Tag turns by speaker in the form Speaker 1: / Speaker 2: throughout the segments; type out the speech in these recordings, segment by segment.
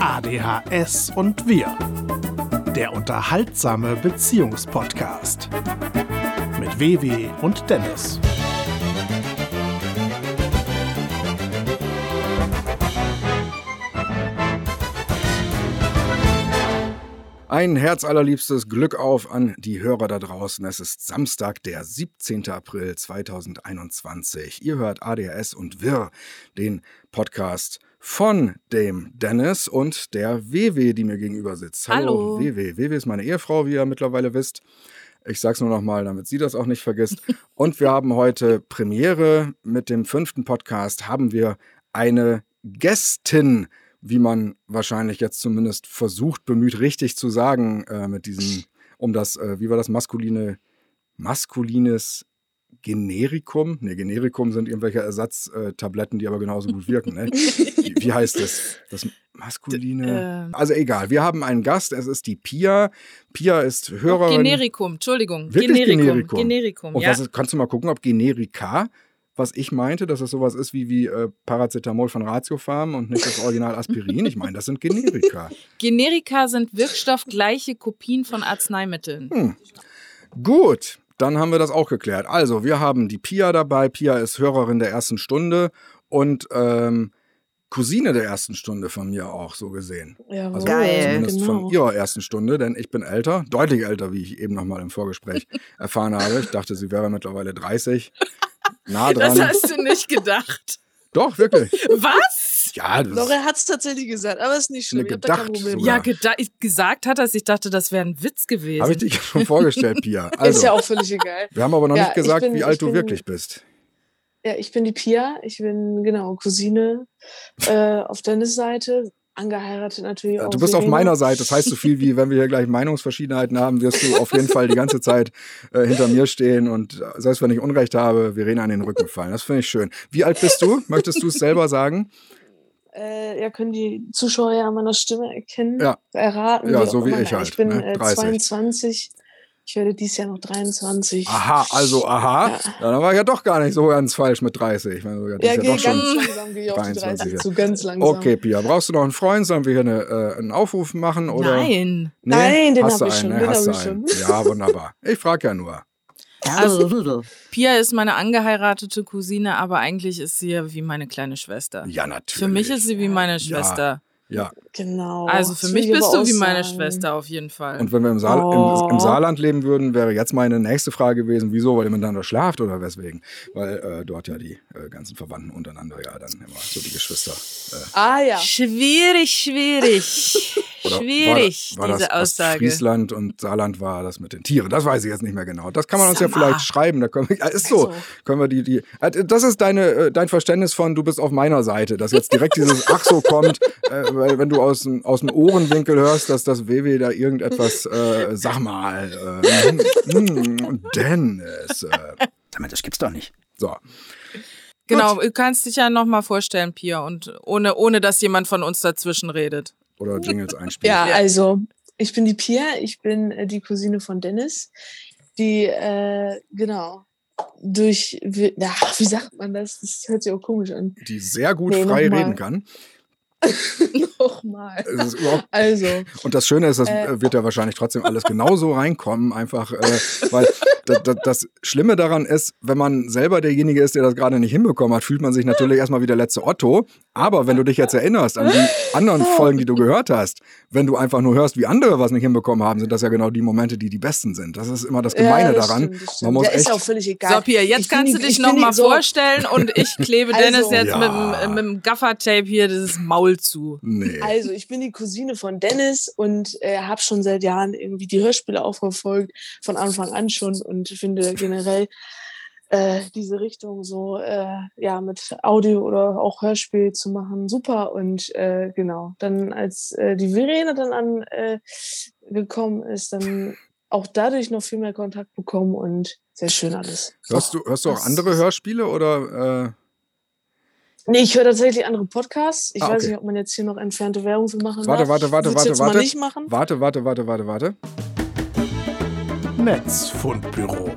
Speaker 1: ADHS und wir. Der unterhaltsame Beziehungspodcast. Mit Wewe und Dennis.
Speaker 2: Ein herzallerliebstes Glück auf an die Hörer da draußen. Es ist Samstag, der 17. April 2021. Ihr hört ADHS und Wirr, den Podcast von dem Dennis und der WW, die mir gegenüber sitzt.
Speaker 3: Hallo.
Speaker 2: WW. WW ist meine Ehefrau, wie ihr mittlerweile wisst. Ich sag's nur nochmal, damit sie das auch nicht vergisst. Und wir haben heute Premiere mit dem fünften Podcast. Haben wir eine Gästin, wie man wahrscheinlich jetzt zumindest versucht, bemüht, richtig zu sagen, äh, mit diesem, um das, äh, wie war das, maskuline, maskulines Generikum? Ne, Generikum sind irgendwelche Ersatztabletten, die aber genauso gut wirken. Ne? Wie, wie heißt das? Das maskuline.
Speaker 3: Ähm,
Speaker 2: Also egal, wir haben einen Gast, es ist die Pia. Pia ist Hörerin.
Speaker 3: Generikum, Entschuldigung.
Speaker 2: Wirklich Generikum?
Speaker 3: Generikum.
Speaker 2: Und
Speaker 3: ja.
Speaker 2: was ist, kannst du mal gucken, ob Generika, was ich meinte, dass das sowas ist wie, wie äh, Paracetamol von Ratiofarm und nicht das Original Aspirin? Ich meine, das sind Generika.
Speaker 3: Generika sind wirkstoffgleiche Kopien von Arzneimitteln.
Speaker 2: Hm, Gut, dann haben wir das auch geklärt. Also, wir haben die Pia dabei. Pia ist Hörerin der ersten Stunde und ähm, Cousine der ersten Stunde von mir auch, so gesehen.
Speaker 4: Ja,
Speaker 2: Also
Speaker 4: Geil.
Speaker 2: zumindest
Speaker 4: genau.
Speaker 2: von ihrer ersten Stunde, denn ich bin älter, deutlich älter, wie ich eben nochmal im Vorgespräch erfahren habe. Ich dachte, sie wäre mittlerweile 30. Nah dran.
Speaker 3: Das hast du nicht gedacht.
Speaker 2: Doch, wirklich.
Speaker 3: Was?
Speaker 2: Ja, das
Speaker 4: Doch,
Speaker 2: ist
Speaker 4: er hat es tatsächlich gesagt, aber ist nicht schlimm.
Speaker 2: Ne,
Speaker 4: ich hab da kein
Speaker 2: gedacht
Speaker 4: Problem.
Speaker 2: sogar.
Speaker 3: Ja, geda ich- gesagt hat er ich dachte, das wäre ein Witz gewesen.
Speaker 2: habe ich dir schon vorgestellt, Pia.
Speaker 4: Ist
Speaker 2: Also,
Speaker 4: ja auch völlig egal.
Speaker 2: wir haben aber noch
Speaker 4: Ja,
Speaker 2: nicht
Speaker 4: ich
Speaker 2: gesagt,
Speaker 4: bin-
Speaker 2: wie alt
Speaker 4: ich
Speaker 2: du
Speaker 4: bin-
Speaker 2: wirklich bist.
Speaker 4: Ja, ich bin die Pia, ich bin genau Cousine äh, auf Dennis Seite, angeheiratet natürlich auch.
Speaker 2: Du bist auf
Speaker 4: Verena.
Speaker 2: meiner Seite. Das heißt so viel wie, wenn wir hier gleich Meinungsverschiedenheiten haben, wirst du auf jeden Fall die ganze Zeit äh, hinter mir stehen und äh, selbst wenn ich Unrecht habe, Verena an den Rücken fallen. Das finde ich schön. Wie alt bist du? Möchtest du es selber sagen?
Speaker 4: Äh, ja, können die Zuschauer ja an meiner Stimme erkennen,
Speaker 2: Ja.
Speaker 4: erraten.
Speaker 2: Ja,
Speaker 4: wie
Speaker 2: so
Speaker 4: auch
Speaker 2: wie
Speaker 4: immer.
Speaker 2: ich halt,
Speaker 4: Ich bin
Speaker 2: ne?
Speaker 4: äh,
Speaker 2: 30.
Speaker 4: 22, ich werde dieses Jahr noch 23.
Speaker 2: Aha, also aha. Ja, dann war ich ja doch gar nicht so ganz falsch mit 30. Ich meine, sogar, das
Speaker 4: Ja,
Speaker 2: ist
Speaker 4: geh
Speaker 2: ja doch schon
Speaker 4: ganz langsam, geh auf die
Speaker 2: 23
Speaker 4: 30
Speaker 2: jetzt.
Speaker 4: zu, ganz langsam.
Speaker 2: Okay, Pia, brauchst du noch einen Freund? Sollen wir hier eine, äh, einen Aufruf machen? Oder?
Speaker 3: Nein.
Speaker 2: Nee?
Speaker 4: Nein, den
Speaker 2: Hast
Speaker 4: hab
Speaker 2: du einen,
Speaker 4: ich schon,
Speaker 2: ne?
Speaker 4: den
Speaker 2: Hast
Speaker 4: hab
Speaker 2: du
Speaker 4: ich
Speaker 2: einen.
Speaker 4: schon.
Speaker 2: Ja, wunderbar. Ich frage ja nur.
Speaker 3: Also, Pia ist meine angeheiratete Cousine, aber eigentlich ist sie ja wie meine kleine Schwester.
Speaker 2: Ja, natürlich.
Speaker 3: Für mich ist sie wie meine Schwester.
Speaker 2: Ja,
Speaker 4: Genau.
Speaker 3: Also
Speaker 4: das
Speaker 3: für
Speaker 4: will
Speaker 3: mich
Speaker 4: ich
Speaker 3: bist
Speaker 4: aber
Speaker 3: du wie
Speaker 4: auch
Speaker 3: meine
Speaker 4: sagen.
Speaker 3: Schwester auf jeden Fall.
Speaker 2: und wenn wir im, Saal,
Speaker 4: Oh.
Speaker 2: im, im Saarland leben würden, wäre jetzt meine nächste Frage gewesen, wieso, weil ihr miteinander schlaft oder weswegen? Weil äh, dort ja die äh, ganzen Verwandten untereinander ja dann immer so die Geschwister. äh,
Speaker 4: Ah ja.
Speaker 3: Schwierig, schwierig.
Speaker 2: Oder
Speaker 3: schwierig,
Speaker 2: war, war
Speaker 3: diese
Speaker 2: das
Speaker 3: Aussage.
Speaker 2: Friesland und Saarland war das mit den Tieren. Das weiß ich jetzt nicht mehr genau. Das kann man uns ja
Speaker 3: Sag mal.
Speaker 2: vielleicht schreiben. Da können wir, ja, ist so.
Speaker 4: Also.
Speaker 2: Können wir die, die, äh, das ist deine, äh, dein Verständnis von, du bist auf meiner Seite, dass jetzt direkt dieses Ach so kommt, äh, weil wenn du aus, dem- aus dem Ohrenwinkel hörst, dass das WW da irgendetwas, äh, sag mal, äh, hm, hm, Dennis. Äh,
Speaker 5: Damit, das gibt's doch nicht.
Speaker 2: so.
Speaker 3: Genau, du kannst dich ja nochmal vorstellen, Pia, und ohne, ohne dass jemand von uns dazwischen redet.
Speaker 2: Oder Jingles einspielen.
Speaker 4: Ja, also ich bin die Pia, ich bin äh, die Cousine von Dennis, die, äh, genau, durch, wie, na, wie sagt man das? Das hört sich auch komisch an.
Speaker 2: Die sehr gut
Speaker 4: Nee,
Speaker 2: frei
Speaker 4: nochmal.
Speaker 2: reden kann.
Speaker 4: Nochmal.
Speaker 2: Es ist überhaupt
Speaker 4: Also,
Speaker 2: Und das Schöne ist, das
Speaker 4: Äh.
Speaker 2: äh, wird ja wahrscheinlich trotzdem alles genauso reinkommen, einfach, äh, weil das, das, das Schlimme daran ist, wenn man selber derjenige ist, der das gerade nicht hinbekommen hat, fühlt man sich natürlich erstmal wie der letzte Otto. Aber wenn du dich jetzt erinnerst an die anderen Folgen, die du gehört hast, wenn du einfach nur hörst, wie andere was nicht hinbekommen haben, sind das ja genau die Momente, die die besten sind. Das ist immer das Gemeine
Speaker 4: ja, das
Speaker 2: daran.
Speaker 4: stimmt, das stimmt.
Speaker 2: man muss
Speaker 4: ja, ist
Speaker 2: echt-
Speaker 4: auch völlig egal.
Speaker 3: So, Pia, jetzt
Speaker 4: Ich bin
Speaker 3: kannst
Speaker 4: die-
Speaker 3: du dich
Speaker 4: ich bin die-
Speaker 3: nochmal
Speaker 4: so-
Speaker 3: vorstellen und ich klebe
Speaker 4: Also-
Speaker 3: Dennis jetzt
Speaker 2: Ja.
Speaker 3: mit, dem- mit dem Gaffertape hier das Maul zu.
Speaker 2: Nee.
Speaker 4: Also, ich bin die Cousine von Dennis und äh, habe schon seit Jahren irgendwie die Hörspiele auch verfolgt, von Anfang an schon und finde generell äh, diese Richtung so äh, ja mit Audio oder auch Hörspiel zu machen super und äh, genau dann als äh, die Verena dann an äh, gekommen ist, dann auch dadurch noch viel mehr Kontakt bekommen und sehr schön alles.
Speaker 2: Hörst du, hörst du auch
Speaker 4: das-
Speaker 2: andere Hörspiele oder? äh,
Speaker 4: Nee, ich höre tatsächlich andere Podcasts. Ich
Speaker 2: Ah,
Speaker 4: weiß
Speaker 2: okay.
Speaker 4: nicht, ob man jetzt hier noch entfernte Werbung für machen
Speaker 2: Äh, warte,
Speaker 4: darf.
Speaker 2: warte, warte,
Speaker 4: Würd's
Speaker 2: warte,
Speaker 4: jetzt
Speaker 2: warte.
Speaker 4: mal nicht machen.
Speaker 2: Warte, warte, warte, warte, warte.
Speaker 1: Netzfundbüro.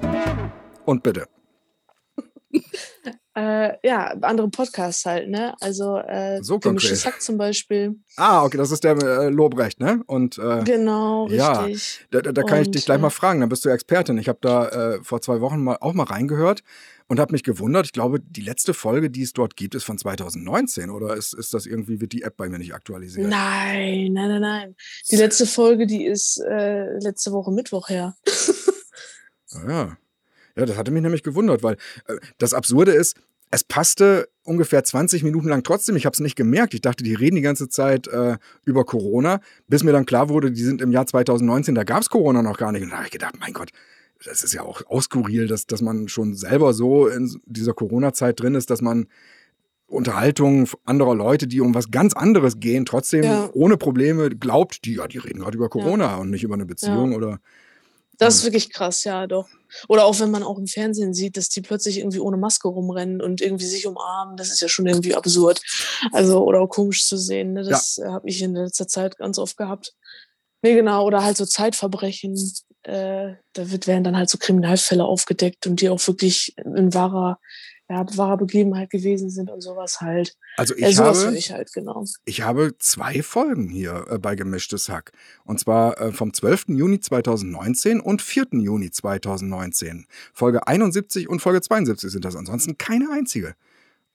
Speaker 2: Und bitte.
Speaker 4: Äh, ja, andere Podcasts halt, ne? Also äh,
Speaker 2: So
Speaker 4: Gemischter
Speaker 2: konkret.
Speaker 4: Sack zum Beispiel.
Speaker 2: Ah, okay, das ist der äh, Lobrecht, ne? Und äh,
Speaker 4: Genau,
Speaker 2: Ja.
Speaker 4: richtig.
Speaker 2: Da, da, da kann ich
Speaker 4: Und,
Speaker 2: dich gleich
Speaker 4: äh,
Speaker 2: mal fragen, dann bist du Expertin. Ich habe da äh, vor zwei Wochen mal, auch mal reingehört und habe mich gewundert. Ich glaube, die letzte Folge, die es dort gibt, ist von 2019 oder ist, ist das irgendwie, wird die App bei mir nicht aktualisiert?
Speaker 4: Nein, nein, nein, nein. Die letzte Folge, die ist äh, letzte Woche Mittwoch her.
Speaker 2: Ah, Ja. ja, das hatte mich nämlich gewundert, weil äh, das Absurde ist, es passte ungefähr 20 Minuten lang trotzdem. Ich habe es nicht gemerkt. Ich dachte, die reden die ganze Zeit äh, über Corona, bis mir dann klar wurde, die sind im Jahr 2019, da gab es Corona noch gar nicht. Und da habe ich gedacht, mein Gott, das ist ja auch auskuril, dass, dass man schon selber so in dieser Corona-Zeit drin ist, dass man Unterhaltung anderer Leute, die um was ganz anderes gehen, trotzdem
Speaker 4: Ja.
Speaker 2: ohne Probleme glaubt, die, ja, die reden gerade über Corona und nicht über eine Beziehung oder
Speaker 4: Das
Speaker 2: Hm.
Speaker 4: ist wirklich krass, ja, doch. Oder auch wenn man auch im Fernsehen sieht, dass die plötzlich irgendwie ohne Maske rumrennen und irgendwie sich umarmen, das ist ja schon irgendwie absurd. Also, oder auch komisch zu sehen, ne? das äh, habe ich in letzter Zeit ganz oft gehabt. Nee, genau, oder halt so Zeitverbrechen, äh, da wird, werden dann halt so Kriminalfälle aufgedeckt und die auch wirklich in wahrer, ja, wahrer Begebenheit gewesen sind und sowas halt.
Speaker 2: Also ich
Speaker 4: Ja, sowas
Speaker 2: habe
Speaker 4: finde ich halt, genau.
Speaker 2: Ich habe zwei Folgen hier äh, bei Gemischtes Hack. Und zwar äh, vom 12. Juni 2019 und 4. Juni 2019. Folge 71 und Folge 72 sind das. Ansonsten keine einzige.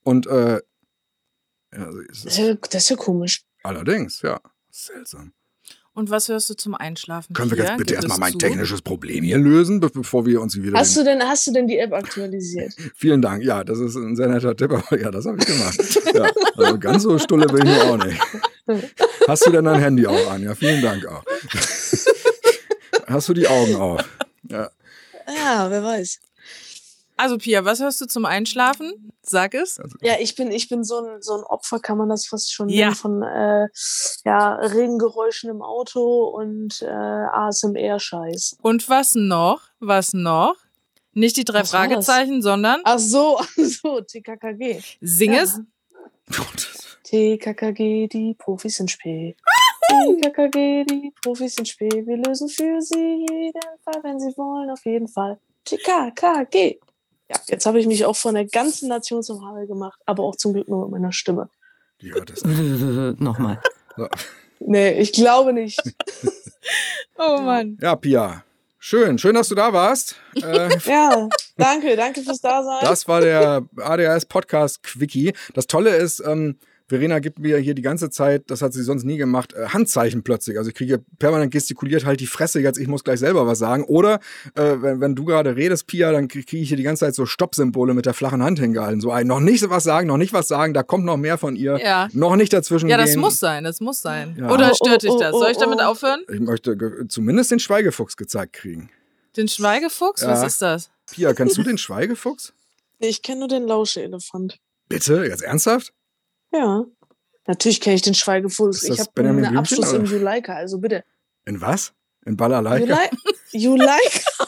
Speaker 2: Und, äh, ja, also es
Speaker 4: Das
Speaker 2: ist
Speaker 3: Äh.
Speaker 4: ist ja, das ist ja komisch.
Speaker 2: allerdings, ja, seltsam.
Speaker 3: Und was hörst du zum Einschlafen?
Speaker 2: Können wir
Speaker 3: Pia?
Speaker 2: jetzt bitte
Speaker 3: Gibt
Speaker 2: erstmal
Speaker 3: es
Speaker 2: mein
Speaker 3: zu?
Speaker 2: technisches Problem hier lösen, be bevor wir uns hier wieder.
Speaker 4: Hast du, denn, hast du denn die App aktualisiert?
Speaker 2: Vielen Dank. Ja, das ist ein sehr netter Tipp, aber ja, das habe ich gemacht. ja, also ganz so stulle bin ich nur auch nicht. Hast du denn dein Handy auch an? Ja, vielen Dank auch. Hast du die Augen auf? Ja.
Speaker 4: ja, wer weiß.
Speaker 3: Also Pia, was hörst du zum Einschlafen? Sag es.
Speaker 4: Ja, ich bin, ich bin so ein, so ein Opfer, kann man das fast schon
Speaker 3: Ja.
Speaker 4: nennen, von äh, ja, Regengeräuschen im Auto und äh, ASMR-Scheiß.
Speaker 3: Und was noch? Was noch? Nicht die drei
Speaker 4: Was war das?
Speaker 3: Fragezeichen, sondern
Speaker 4: Ach so, ach so, TKKG.
Speaker 3: sing
Speaker 4: Ja.
Speaker 3: es.
Speaker 4: TKKG, die Profis sind spät. TKKG, die Profis sind spät. Wir lösen für sie jeden Fall, wenn sie wollen, auf jeden Fall. TKKG. Ja, jetzt habe ich mich auch von der ganzen Nation zum Haare gemacht, aber auch zum Glück nur mit meiner Stimme.
Speaker 2: Die hört es.
Speaker 5: Nochmal.
Speaker 4: Nee, ich glaube nicht.
Speaker 3: Oh Mann.
Speaker 2: Ja, Pia. Schön, schön, dass du da warst. Äh,
Speaker 4: Ja, danke, danke fürs Dasein.
Speaker 2: das war der ADHS-Podcast Quickie. Das Tolle ist, ähm, Verena gibt mir hier die ganze Zeit, das hat sie sonst nie gemacht, äh, Handzeichen plötzlich. Also ich kriege permanent gestikuliert halt die Fresse jetzt, ich muss gleich selber was sagen. Oder äh, wenn, wenn du gerade redest, Pia, dann kriege krieg ich hier die ganze Zeit so Stopp-Symbole mit der flachen Hand hingehalten. So ein, noch nicht was sagen, noch nicht was sagen, da kommt noch mehr von ihr.
Speaker 3: Ja.
Speaker 2: Noch nicht dazwischen
Speaker 3: Ja, das
Speaker 2: gehen.
Speaker 3: muss sein, das muss sein.
Speaker 2: Ja.
Speaker 3: Oder
Speaker 4: Oh,
Speaker 3: stört
Speaker 4: oh,
Speaker 3: dich das?
Speaker 4: oh,
Speaker 3: Soll ich
Speaker 4: oh,
Speaker 3: damit
Speaker 4: oh.
Speaker 3: aufhören?
Speaker 2: Ich möchte ge- zumindest den Schweigefuchs gezeigt kriegen.
Speaker 3: Den Schweigefuchs? Was
Speaker 2: Ja.
Speaker 3: ist das?
Speaker 2: Pia, kennst du den Schweigefuchs?
Speaker 4: Nee, ich kenne nur den Lausche-Elefant.
Speaker 2: Bitte? Jetzt ernsthaft?
Speaker 4: Ja. Natürlich kenne ich den Schweigefuchs.
Speaker 2: Ist das
Speaker 4: Ich habe
Speaker 2: Benjamin
Speaker 4: einen
Speaker 2: Blümchen,
Speaker 4: Abschluss im
Speaker 2: oder?
Speaker 4: Juleika, also bitte.
Speaker 2: In was? In Balalaika?
Speaker 4: Julei- Juleika.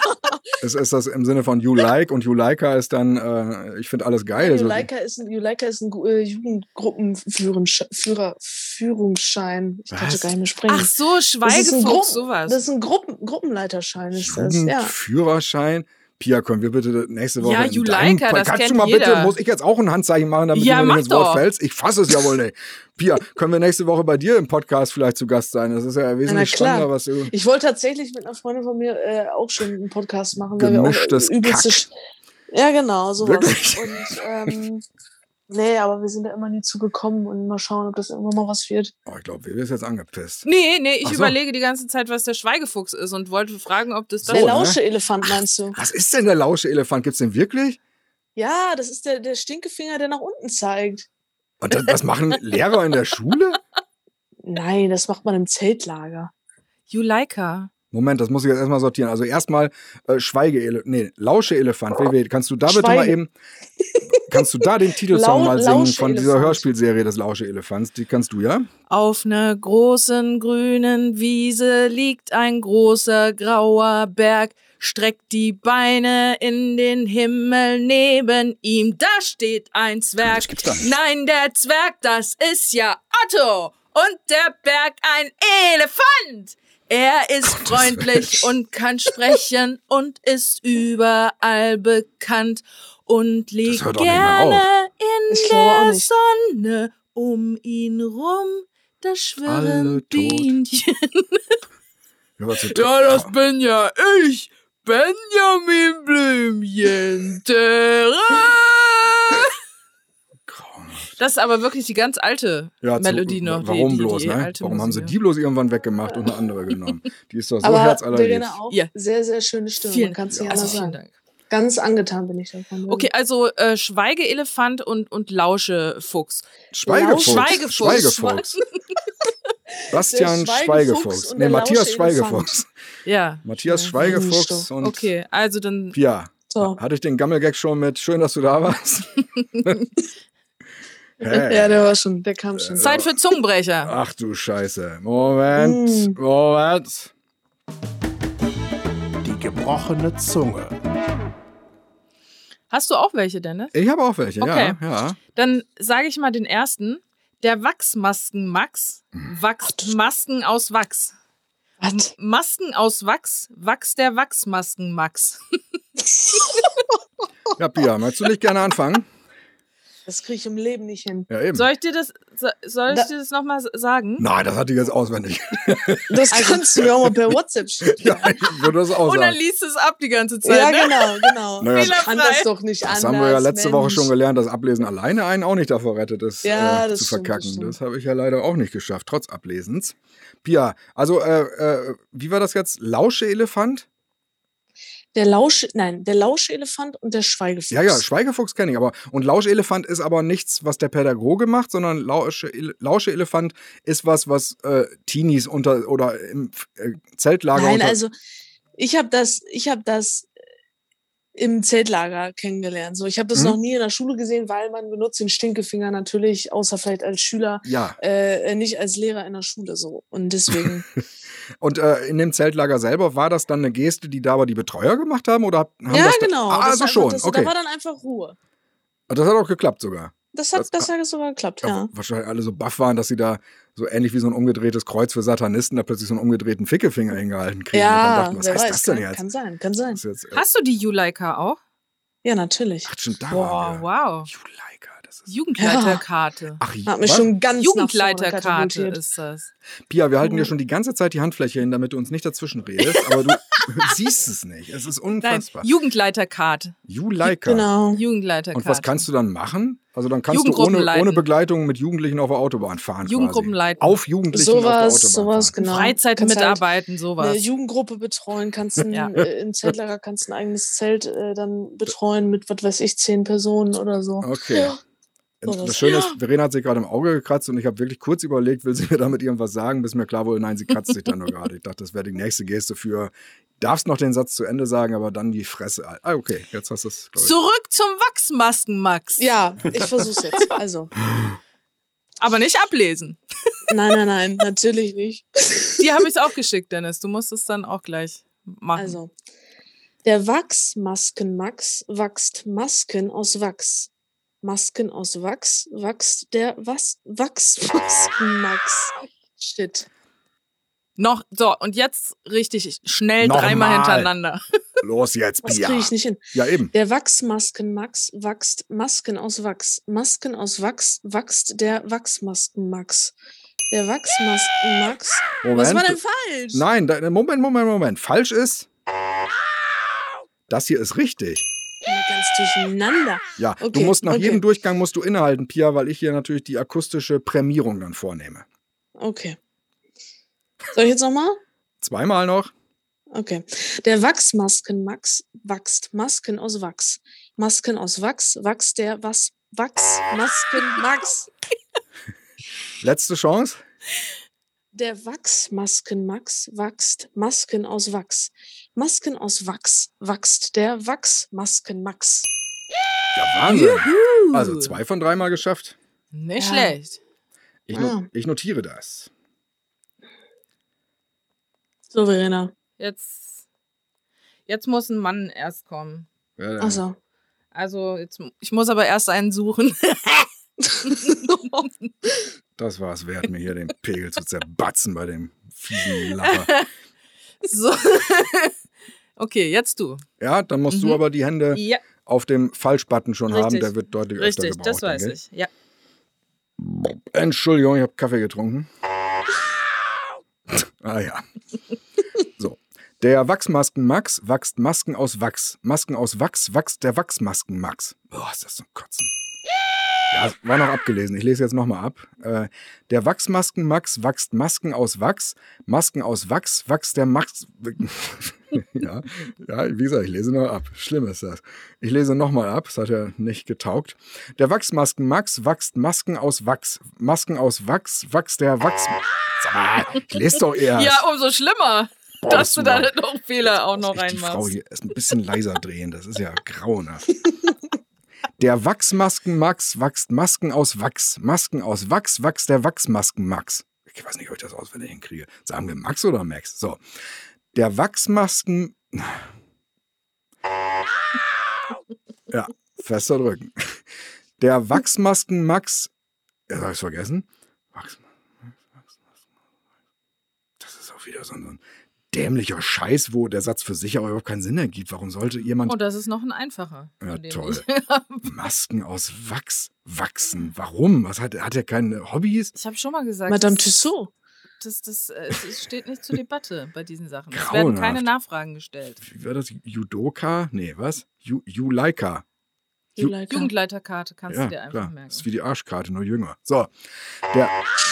Speaker 2: Ist, ist das im Sinne von You Like und You Liker ist dann, äh, ich finde alles geil. So,
Speaker 4: Juleika ist ein, Juleika ist ein Gu- äh, Jugendgruppenführer, Führungsschein. Ich kann
Speaker 2: Was?
Speaker 4: schon gar nicht mehr sprechen.
Speaker 3: Ach so,
Speaker 4: Das ist ein
Speaker 3: Schweigefuchs,
Speaker 4: Gruppen-
Speaker 3: sowas.
Speaker 4: Das ist ein Gruppen, Gruppenleiterschein, ist das. Ja.
Speaker 2: Jugendführerschein. Pia, können wir bitte nächste Woche.
Speaker 3: Ja,
Speaker 2: in
Speaker 3: You
Speaker 2: deinem
Speaker 3: Liker,
Speaker 2: Pod-
Speaker 3: das
Speaker 2: Kannst du
Speaker 3: kennt
Speaker 2: mal bitte,
Speaker 3: jeder.
Speaker 2: muss ich jetzt auch ein Handzeichen machen, damit
Speaker 3: Ja,
Speaker 2: du mir
Speaker 3: mach
Speaker 2: nicht ins Wort
Speaker 3: doch.
Speaker 2: fällst? Ich fasse es ja wohl nicht. Pia, können wir nächste Woche bei dir im Podcast vielleicht zu Gast sein? Das ist ja wesentlich
Speaker 4: klar.
Speaker 2: spannender, was du.
Speaker 4: Ich wollte tatsächlich mit einer Freundin von mir äh, auch schon einen Podcast machen, weil
Speaker 2: Gemischtes
Speaker 4: wir auch übelste.
Speaker 2: Kack.
Speaker 4: Sch- Ja, genau, sowas.
Speaker 2: Wirklich?
Speaker 4: Und ähm, nee, aber wir sind da immer nie zugekommen und mal schauen, ob das irgendwann mal was wird.
Speaker 2: Oh, ich glaube, wir sind jetzt angepisst.
Speaker 3: Nee, nee, ich
Speaker 2: Ach so.
Speaker 3: überlege die ganze Zeit, was der Schweigefuchs ist und wollte fragen, ob das das
Speaker 4: der
Speaker 2: ne?
Speaker 4: Lausche-Elefant, meinst du?
Speaker 2: Was ist denn der Lausche-Elefant? Gibt's den wirklich?
Speaker 4: Ja, das ist der, der Stinkefinger, der nach unten zeigt.
Speaker 2: Und das, das machen Lehrer in der Schule?
Speaker 4: Nein, das macht man im Zeltlager.
Speaker 3: Juleika.
Speaker 2: Moment, das muss ich jetzt erstmal sortieren. Also erstmal äh, Schweigeelefant, nee, Lausche-Elefant. WW, kannst du da bitte mal
Speaker 4: Schweige-
Speaker 2: eben, kannst du da den Titelsong
Speaker 4: Lau-
Speaker 2: mal singen von dieser
Speaker 4: Lausche-Elefant.
Speaker 2: Hörspielserie des Lausche-Elefants? Die kannst du, ja?
Speaker 3: Auf ner großen grünen Wiese liegt ein großer grauer Berg, streckt die Beine in den Himmel neben ihm, da steht ein Zwerg.
Speaker 2: Das gibt's doch nicht.
Speaker 3: Nein, der Zwerg, das ist ja Otto und der Berg ein Elefant. Er ist freundlich und kann sprechen und ist überall bekannt. und liegt
Speaker 2: hört doch nicht mehr
Speaker 3: gerne in
Speaker 4: Ich glaube auch
Speaker 3: der
Speaker 4: nicht.
Speaker 3: Sonne um ihn rum. Da schwirren
Speaker 2: Alle tot.
Speaker 3: Bienchen.
Speaker 2: Ja, was so-
Speaker 3: bin ja ich, Benjamin Blümchen. Terra.
Speaker 2: Grauenhaft.
Speaker 3: Das ist aber wirklich die ganz alte
Speaker 2: Ja, zu-
Speaker 3: Melodie noch. die-
Speaker 2: Warum
Speaker 3: die, die,
Speaker 2: bloß,
Speaker 3: die
Speaker 2: ne?
Speaker 3: alte
Speaker 2: Warum haben sie
Speaker 3: Musik,
Speaker 2: die bloß irgendwann weggemacht und eine andere genommen? Die ist doch so
Speaker 4: Aber
Speaker 2: herzallerliebst.
Speaker 4: Birgena auch
Speaker 3: Ja.
Speaker 4: sehr, sehr schöne Stimme.
Speaker 3: Vielen
Speaker 4: Man kann es
Speaker 3: ja.
Speaker 4: nicht
Speaker 3: Also
Speaker 4: anders
Speaker 3: vielen
Speaker 4: sagen.
Speaker 3: Dank.
Speaker 4: Ganz angetan bin ich davon.
Speaker 3: Okay, also äh, Schweigeelefant und, und Lauschefuchs.
Speaker 2: Schweigefuchs.
Speaker 3: Schweigefuchs.
Speaker 2: Schweigefuchs. Bastian
Speaker 4: Der Schweigefuchs
Speaker 2: Schweigefuchs.
Speaker 4: und
Speaker 2: Nee,
Speaker 4: der
Speaker 2: Matthias
Speaker 4: lausche
Speaker 2: Schweigefuchs.
Speaker 3: Ja.
Speaker 2: Matthias
Speaker 3: Ja.
Speaker 2: Schweigefuchs und
Speaker 3: Okay, also dann
Speaker 2: Pia.
Speaker 4: So.
Speaker 2: Hatte ich den Gammelgag schon mit Schön, dass du da warst? hey. Äh.
Speaker 4: Ja, der war schon, der kam schon.
Speaker 3: Zeit für Zungenbrecher.
Speaker 2: Ach du Scheiße. Moment,
Speaker 4: Mm.
Speaker 2: Moment.
Speaker 1: Die gebrochene Zunge.
Speaker 3: Hast du auch welche, Dennis?
Speaker 2: Ich habe auch welche,
Speaker 3: Okay.
Speaker 2: ja. ja.
Speaker 3: Dann sage ich mal den ersten. Der Wachsmasken-Max
Speaker 2: Mhm.
Speaker 3: wachst Masken aus Wachs.
Speaker 4: Was?
Speaker 3: Masken aus Wachs, Wachs der Wachsmasken-Max.
Speaker 2: Ja, Pia, möchtest du nicht gerne anfangen?
Speaker 4: Das kriege ich im Leben nicht hin.
Speaker 2: Ja, eben.
Speaker 3: Soll ich dir das, so- soll ich
Speaker 4: Hm. Da-
Speaker 3: dir das nochmal sagen?
Speaker 2: Nein, das hatte ich jetzt auswendig.
Speaker 4: Das kannst du mir auch mal per WhatsApp schicken.
Speaker 2: Also ja, ich würde das auch
Speaker 3: Und Oh, dann
Speaker 2: sagen.
Speaker 3: liest es ab die ganze Zeit.
Speaker 4: Ja,
Speaker 3: ne?
Speaker 4: genau, genau.
Speaker 2: Naja,
Speaker 4: Ich kann das doch nicht
Speaker 2: Das
Speaker 4: anders.
Speaker 2: haben wir ja letzte Woche
Speaker 4: Mensch.
Speaker 2: schon gelernt, dass Ablesen alleine einen auch nicht davor rettet, das,
Speaker 4: Ja,
Speaker 2: äh,
Speaker 4: das
Speaker 2: zu
Speaker 4: stimmt,
Speaker 2: verkacken.
Speaker 4: das stimmt.
Speaker 2: Das habe ich ja leider auch nicht geschafft, trotz Ablesens. Pia, also, äh, äh, wie war das jetzt? Lausche-Elefant?
Speaker 4: Der Lausch, nein, der Lauschelefant und der Schweigefuchs.
Speaker 2: Ja, ja, Schweigefuchs kenne ich, aber. Und Lausche-Elefant ist aber nichts, was der Pädagoge macht, sondern Lausche- Ele- Lausche-Elefant ist was, was äh, Teenies unter oder im äh, Zeltlager
Speaker 4: Nein,
Speaker 2: unter.
Speaker 4: also ich habe das, ich habe das äh, im Zeltlager kennengelernt. So, ich habe das
Speaker 2: Mhm.
Speaker 4: noch nie in der Schule gesehen, weil man benutzt den Stinkefinger natürlich, außer vielleicht als Schüler,
Speaker 2: ja,
Speaker 4: äh, nicht als Lehrer in der Schule so. Und deswegen,
Speaker 2: und äh, in dem Zeltlager selber war das dann eine Geste, die da aber die Betreuer gemacht haben? Oder haben
Speaker 4: ja,
Speaker 2: das da-
Speaker 4: genau.
Speaker 2: Ah,
Speaker 4: das
Speaker 2: also
Speaker 4: einfach,
Speaker 2: schon,
Speaker 4: Das,
Speaker 2: okay. Ah,
Speaker 4: Da war dann einfach Ruhe.
Speaker 2: das hat auch geklappt sogar.
Speaker 4: Das hat,
Speaker 2: Das-
Speaker 4: das, hat sogar geklappt,
Speaker 2: ja.
Speaker 4: ja.
Speaker 2: wahrscheinlich alle so baff waren, dass sie da so ähnlich wie so ein umgedrehtes Kreuz für Satanisten da plötzlich so einen umgedrehten Fickefinger hingehalten kriegen. und dann
Speaker 4: Ja,
Speaker 2: dachten, was
Speaker 4: wer
Speaker 2: heißt
Speaker 4: weiß,
Speaker 2: das denn
Speaker 4: kann,
Speaker 2: jetzt?
Speaker 4: kann sein, kann sein.
Speaker 2: das ist jetzt äh,
Speaker 3: Hast du die Juleika auch?
Speaker 4: genau. Ja, natürlich.
Speaker 2: ach, schon da
Speaker 3: Boah,
Speaker 2: waren wir.
Speaker 3: wow.
Speaker 2: Juleika, das ist.
Speaker 3: Jugendleiterkarte.
Speaker 2: Ach,
Speaker 4: Hat mich
Speaker 2: was?
Speaker 4: schon ganz nach vorne
Speaker 3: Jugendleiterkarte
Speaker 4: katapultiert.
Speaker 3: ist das.
Speaker 2: Pia, wir
Speaker 4: Mhm.
Speaker 2: halten dir schon die ganze Zeit die Handfläche hin, damit du uns nicht dazwischen redest, aber du siehst es nicht. Es ist
Speaker 3: Nein,
Speaker 2: unfassbar.
Speaker 3: Jugendleiterkarte.
Speaker 2: Juleika.
Speaker 4: Genau.
Speaker 3: Jugendleiterkarte.
Speaker 2: Und was kannst du dann machen? Also dann kannst du
Speaker 3: Jugendgruppen
Speaker 2: ohne, ohne
Speaker 3: leiten.
Speaker 2: Begleitung mit Jugendlichen auf der Autobahn fahren.
Speaker 3: Jugendgruppen
Speaker 2: quasi.
Speaker 3: leiten.
Speaker 2: Auf Jugendlichen auf
Speaker 4: Sowas,
Speaker 2: der Autobahn.
Speaker 4: sowas,
Speaker 2: fahren.
Speaker 4: genau.
Speaker 3: Freizeit
Speaker 4: Kannst halt-
Speaker 3: mitarbeiten, sowas.
Speaker 4: eine Jugendgruppe betreuen, kannst ein,
Speaker 3: Ja.
Speaker 4: äh, im Zeltlager kannst ein eigenes Zelt äh, dann betreuen mit was weiß ich zehn Personen oder so.
Speaker 2: Okay.
Speaker 4: Ja.
Speaker 2: Und
Speaker 4: Sowas.
Speaker 2: Das Schöne ist, Verena hat sich gerade im Auge gekratzt und ich habe wirklich kurz überlegt, will sie mir damit irgendwas sagen, bis mir klar wurde, nein, sie kratzt sich dann nur gerade. Ich dachte, das wäre die nächste Geste für, darfst noch den Satz zu Ende sagen, aber dann die Fresse. Ah, okay, jetzt hast du es, glaube ich.
Speaker 3: Zurück zum Wachsmasken, Max.
Speaker 4: Ja, ich versuch's jetzt. Also,
Speaker 3: Aber nicht ablesen.
Speaker 4: nein, nein, nein, natürlich nicht.
Speaker 3: Die habe ich auch geschickt, Dennis. Du musst es dann auch gleich machen.
Speaker 4: Also, der Wachsmaskenmax wachst Masken aus Wachs. Masken aus Wachs wachst der was Wachsmaskenmax. Shit.
Speaker 3: Noch, so, und jetzt richtig schnell
Speaker 2: Nochmal.
Speaker 3: dreimal hintereinander.
Speaker 2: Los jetzt,
Speaker 4: Das
Speaker 2: Pia.
Speaker 4: kriege ich nicht hin.
Speaker 2: Ja, eben.
Speaker 4: Der Wachsmaskenmax wachst Masken aus Wachs. Masken aus Wachs wachst der Wachsmaskenmax. Der Wachsmaskenmax. Was war denn falsch?
Speaker 2: Nein, da, Moment, Moment, Moment. Falsch ist. Das hier ist richtig.
Speaker 4: Ich bin Ganz durcheinander.
Speaker 2: Ja, du
Speaker 4: Okay,
Speaker 2: musst nach
Speaker 4: okay.
Speaker 2: jedem Durchgang musst du innehalten, Pia, weil ich hier natürlich die akustische Prämierung dann vornehme.
Speaker 4: Okay. Soll ich jetzt nochmal?
Speaker 2: Zweimal noch.
Speaker 4: Okay. Der Wachsmaskenmax wachst Masken aus Wachs. Masken aus Wachs wachst der was Wachsmaskenmax.
Speaker 2: Letzte Chance.
Speaker 4: Der Wachsmaskenmax wachst Masken aus Wachs. Masken aus Wachs wachst der Wachsmaskenmax.
Speaker 2: Ja, Wahnsinn. Also zwei von dreimal geschafft.
Speaker 3: Nicht
Speaker 4: Ja.
Speaker 3: schlecht.
Speaker 2: Ich, no
Speaker 4: Ah.
Speaker 2: ich notiere das.
Speaker 4: So, Verena.
Speaker 3: Jetzt, jetzt muss ein Mann erst kommen.
Speaker 2: Ja, ja.
Speaker 4: Also,
Speaker 3: Also, jetzt, ich muss aber erst einen suchen.
Speaker 2: Das war es wert, mir hier den Pegel zu zerbatzen bei dem fiesen Lacher.
Speaker 3: so. Okay, jetzt du.
Speaker 2: Ja, dann musst du
Speaker 3: Mhm.
Speaker 2: aber die Hände
Speaker 3: Ja.
Speaker 2: auf dem Falschbutton schon haben,
Speaker 3: Richtig.
Speaker 2: der wird deutlich öfter
Speaker 3: Richtig,
Speaker 2: gebraucht.
Speaker 3: das weiß
Speaker 2: denke
Speaker 3: ich. Ja.
Speaker 2: Entschuldigung, ich habe Kaffee getrunken. Ah ja. So. Der Wachsmasken-Max wachst Masken aus Wachs. Masken aus Wachs wachst der Wachsmasken-Max. Boah, ist das zum Kotzen. Ja, war noch abgelesen. Ich lese jetzt nochmal ab. Äh, der Wachsmasken-Max wachst Masken aus Wachs. Masken aus Wachs wachst der Max. ja, ja, wie gesagt, ich lese noch ab. Schlimm ist das. Ich lese nochmal ab. Es hat ja nicht getaugt. Der Wachsmasken-Max wachst Masken aus Wachs. Masken aus Wachs wachst der Wachs. Sag mal, ich lese doch erst.
Speaker 3: ja, umso schlimmer,
Speaker 2: Boah,
Speaker 3: dass du da
Speaker 2: mal-
Speaker 3: noch Fehler auch noch
Speaker 2: Echt, Die Frau
Speaker 3: reinmachst.
Speaker 2: hier ist ein bisschen leiser drehen, das ist ja grauenhaft. Der Wachsmasken-Max wachst Masken aus Wachs. Masken aus Wachs wachst der Wachsmasken-Max. Ich weiß nicht, ob ich das auswendig hinkriege. Sagen wir Max oder Max? So. Der Wachsmasken. Ja, fester drücken. Der Wachsmasken-Max. Ja, hab ich's vergessen? Wachs, Wachs, Wachs, Wachs. Das ist auch wieder so ein, so ein dämlicher Scheiß, wo der Satz für sich aber überhaupt keinen Sinn ergibt. Warum sollte jemand
Speaker 3: Oh, das ist noch ein einfacher.
Speaker 2: Ja,
Speaker 3: von dem
Speaker 2: toll.
Speaker 3: Ich,
Speaker 2: Masken aus Wachs wachsen? Warum? Was hat, hat er keine Hobbys?
Speaker 3: ich habe schon mal gesagt,
Speaker 4: Madame
Speaker 3: das,
Speaker 4: Tussaud.
Speaker 3: das, das, äh, es, es steht nicht zur Debatte bei diesen Sachen. Es werden keine
Speaker 2: Grauenhaft.
Speaker 3: Nachfragen gestellt.
Speaker 2: Wie war das? Judoka? Nee, was? Ju Juleika. Ju-
Speaker 4: Juleika.
Speaker 3: Jugendleiterkarte kannst du dir einfach merken.
Speaker 2: Ist wie die Arschkarte, nur jünger. So, der.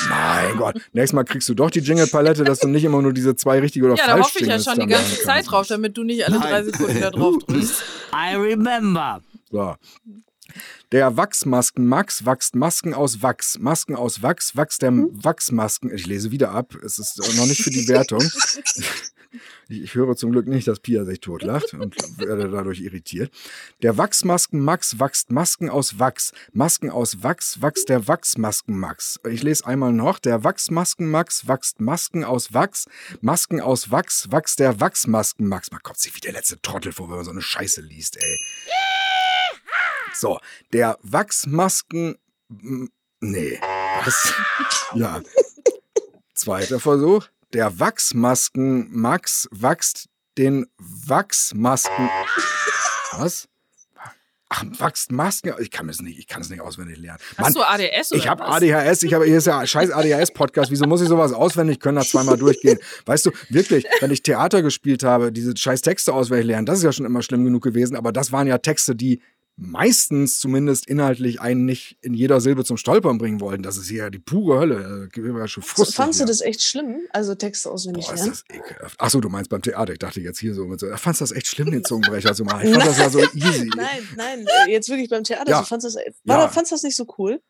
Speaker 2: Mein Gott. Nächstes Mal kriegst du doch die Jingle-Palette, dass du nicht immer nur diese zwei richtige oder
Speaker 3: ja, da
Speaker 2: falsch
Speaker 3: hoffe ich ja
Speaker 2: Jingles
Speaker 3: schon die
Speaker 2: dann
Speaker 3: ganze
Speaker 2: machen
Speaker 3: Zeit
Speaker 2: kannst.
Speaker 3: drauf, damit du nicht alle drei Sekunden da drauf drückst.
Speaker 5: I remember.
Speaker 2: So. Der Wachsmasken-Max wachst Masken aus Wachs. Masken aus Wachs wachst der Wachsmasken. Ich lese wieder ab. Es ist noch nicht für die Wertung. Ich, ich höre zum Glück nicht, dass Pia sich totlacht und werde dadurch irritiert. Der Wachsmasken-Max wachst Masken aus Wachs. Masken aus Wachs wachst der Wachsmasken-Max. Ich lese einmal noch. Der Wachsmasken-Max wachst Masken aus Wachs. Masken aus Wachs wachst der Wachsmasken-Max. Man kommt sich wie der letzte Trottel vor, wenn man so eine Scheiße liest, ey. So, der Wachsmasken. m- Nee. Was? Ja. Zweiter Versuch. Der Wachsmasken Max wachst den Wachsmasken. Was? Ach, wachst Masken. Ich kann es nicht, ich kann es nicht auswendig lernen. Mann,
Speaker 3: Hast du ADS oder
Speaker 2: ich habe
Speaker 3: was?
Speaker 2: ADHS, ich habe hier ist ja ein scheiß ADHS Podcast. Wieso muss ich sowas auswendig können, nach zweimal durchgehen? Weißt du, wirklich, wenn ich Theater gespielt habe, diese scheiß Texte auswendig lernen, das ist ja schon immer schlimm genug gewesen, aber das waren ja Texte, die meistens zumindest inhaltlich einen nicht in jeder Silbe zum Stolpern bringen wollten. Das ist hier die pure Hölle. Da bin ich ja schon frustig
Speaker 4: Fandst du
Speaker 2: hier.
Speaker 4: das echt schlimm? Also Texte auswendig
Speaker 2: Boah, ist
Speaker 4: lernen?
Speaker 2: das ekelhaft. Achso, du meinst beim Theater. Ich dachte jetzt hier so mit so. Fandst du das echt schlimm, den Zungenbrecher zu machen? Ich fand das ja so easy.
Speaker 4: Nein, nein, jetzt wirklich beim Theater.
Speaker 2: Ja.
Speaker 4: Du fandst das, war,
Speaker 2: Ja.
Speaker 4: fandst du das nicht so cool?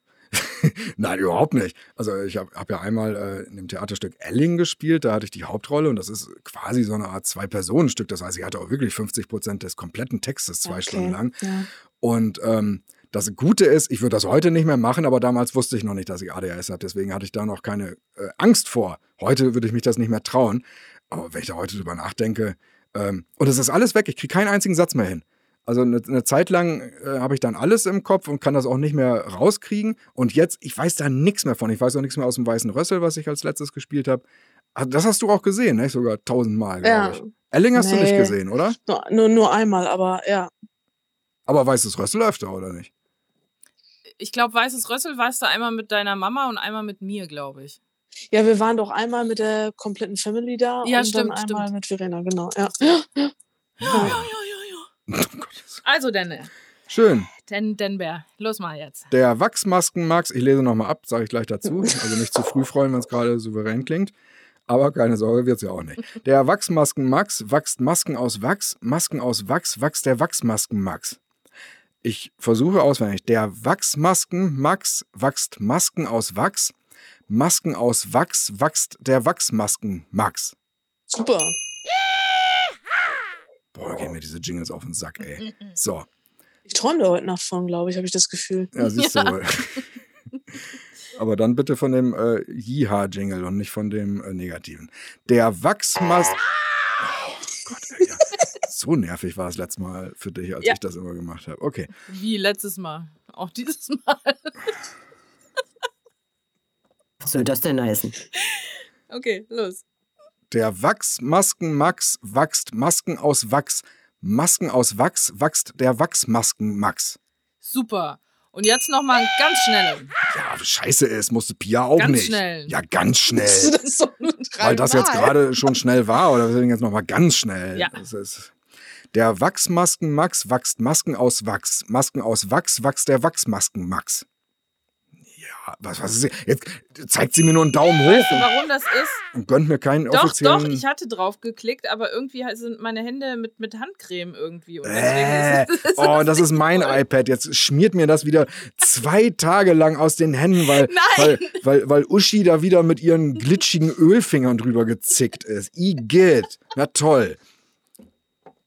Speaker 2: Nein, überhaupt nicht. Also ich habe hab ja einmal äh, in dem Theaterstück Elling gespielt, da hatte ich die Hauptrolle und das ist quasi so eine Art Zwei-Personen-Stück. Das heißt, ich hatte auch wirklich 50 Prozent des kompletten Textes zwei
Speaker 4: Okay.
Speaker 2: Stunden lang.
Speaker 4: Ja.
Speaker 2: Und ähm, das Gute ist, ich würde das heute nicht mehr machen, aber damals wusste ich noch nicht, dass ich ADHS habe. Deswegen hatte ich da noch keine äh, Angst vor. Heute würde ich mich das nicht mehr trauen. Aber wenn ich da heute drüber nachdenke, ähm, und es ist alles weg, ich kriege keinen einzigen Satz mehr hin. Also eine, eine Zeit lang äh, habe ich dann alles im Kopf und kann das auch nicht mehr rauskriegen. Und jetzt, ich weiß da nichts mehr von. Ich weiß auch nichts mehr aus dem Weißen Rössel, was ich als letztes gespielt habe. Ah, Das hast du auch gesehen, ne? sogar tausendmal,
Speaker 4: Ja.
Speaker 2: glaube ich. Elling hast du nicht
Speaker 4: Nee.
Speaker 2: gesehen, oder?
Speaker 4: Nur, nur, nur einmal, aber ja.
Speaker 2: Aber Weißes Rössel öfter, oder nicht?
Speaker 3: Ich glaube, Weißes Rössel warst du einmal mit deiner Mama und einmal mit mir, glaube ich.
Speaker 4: Ja, wir waren doch einmal mit der kompletten Family da
Speaker 3: Ja,
Speaker 4: und
Speaker 3: stimmt,
Speaker 4: dann einmal
Speaker 3: stimmt.
Speaker 4: mit Verena, genau. Ja.
Speaker 3: Ja, ja, ja.
Speaker 2: Oh Gott.
Speaker 3: Also, Denne.
Speaker 2: Schön.
Speaker 3: Den, Denbär. Los mal jetzt.
Speaker 2: Der Wachsmasken-Max, ich lese nochmal ab, sage ich gleich dazu. Also nicht zu früh freuen, wenn es gerade souverän klingt. Aber keine Sorge, wird es ja auch nicht. Der Wachsmasken-Max wachst Masken aus Wachs, Masken aus Wachs, wachst der Wachsmasken-Max. Ich versuche auswendig. Der Wachsmasken-Max wachst Masken aus Wachs, Masken aus Wachs, wachst der Wachsmasken-Max.
Speaker 4: Super.
Speaker 2: Boah, gehen mir diese Jingles auf den Sack, ey. So,
Speaker 4: Ich träume da heute Nacht von, glaube ich, habe ich das Gefühl.
Speaker 2: Ja, siehst du wohl. Aber dann bitte von dem äh, Jiha-Jingle und nicht von dem äh, negativen. Der Wachsmas...
Speaker 3: Ah!
Speaker 2: Oh Gott, ey, ja. So nervig war es letztes Mal für dich, als
Speaker 3: Ja.
Speaker 2: ich das immer gemacht habe. Okay.
Speaker 3: Wie letztes Mal. Auch dieses Mal.
Speaker 5: Was soll das denn heißen?
Speaker 3: Okay, los.
Speaker 2: Der Wachsmasken-Max wachst Masken aus Wachs. Masken aus Wachs wächst der Wachsmasken Max.
Speaker 3: Super. Und jetzt nochmal einen ganz schnellen.
Speaker 2: Ja, scheiße ist, musste Pia auch
Speaker 3: Ganz
Speaker 2: nicht.
Speaker 3: schnell.
Speaker 2: Ja, ganz
Speaker 4: Hast du
Speaker 2: schnell.
Speaker 4: das so nur dreimal?
Speaker 2: Weil das jetzt gerade schon schnell war, oder deswegen jetzt nochmal ganz schnell.
Speaker 3: Ja.
Speaker 2: Das ist der Wachsmasken Max wachst Masken aus Wachs. Masken aus Wachs wachst der Wachsmasken Max. Ja, was, was ist jetzt? Zeigt sie mir nur einen Daumen hoch und,
Speaker 3: Warum das ist?
Speaker 2: und gönnt mir keinen
Speaker 3: Doch,
Speaker 2: offiziellen.
Speaker 3: doch, ich hatte drauf geklickt, aber irgendwie sind meine Hände mit, mit Handcreme irgendwie. Und
Speaker 2: Äh,
Speaker 3: deswegen ist es,
Speaker 2: oh, das ist mein iPad. Jetzt schmiert mir das wieder zwei Tage lang aus den Händen, weil, weil,
Speaker 3: Nein!
Speaker 2: weil, weil Uschi da wieder mit ihren glitschigen Ölfingern drüber gezickt ist. Igitt. Na toll.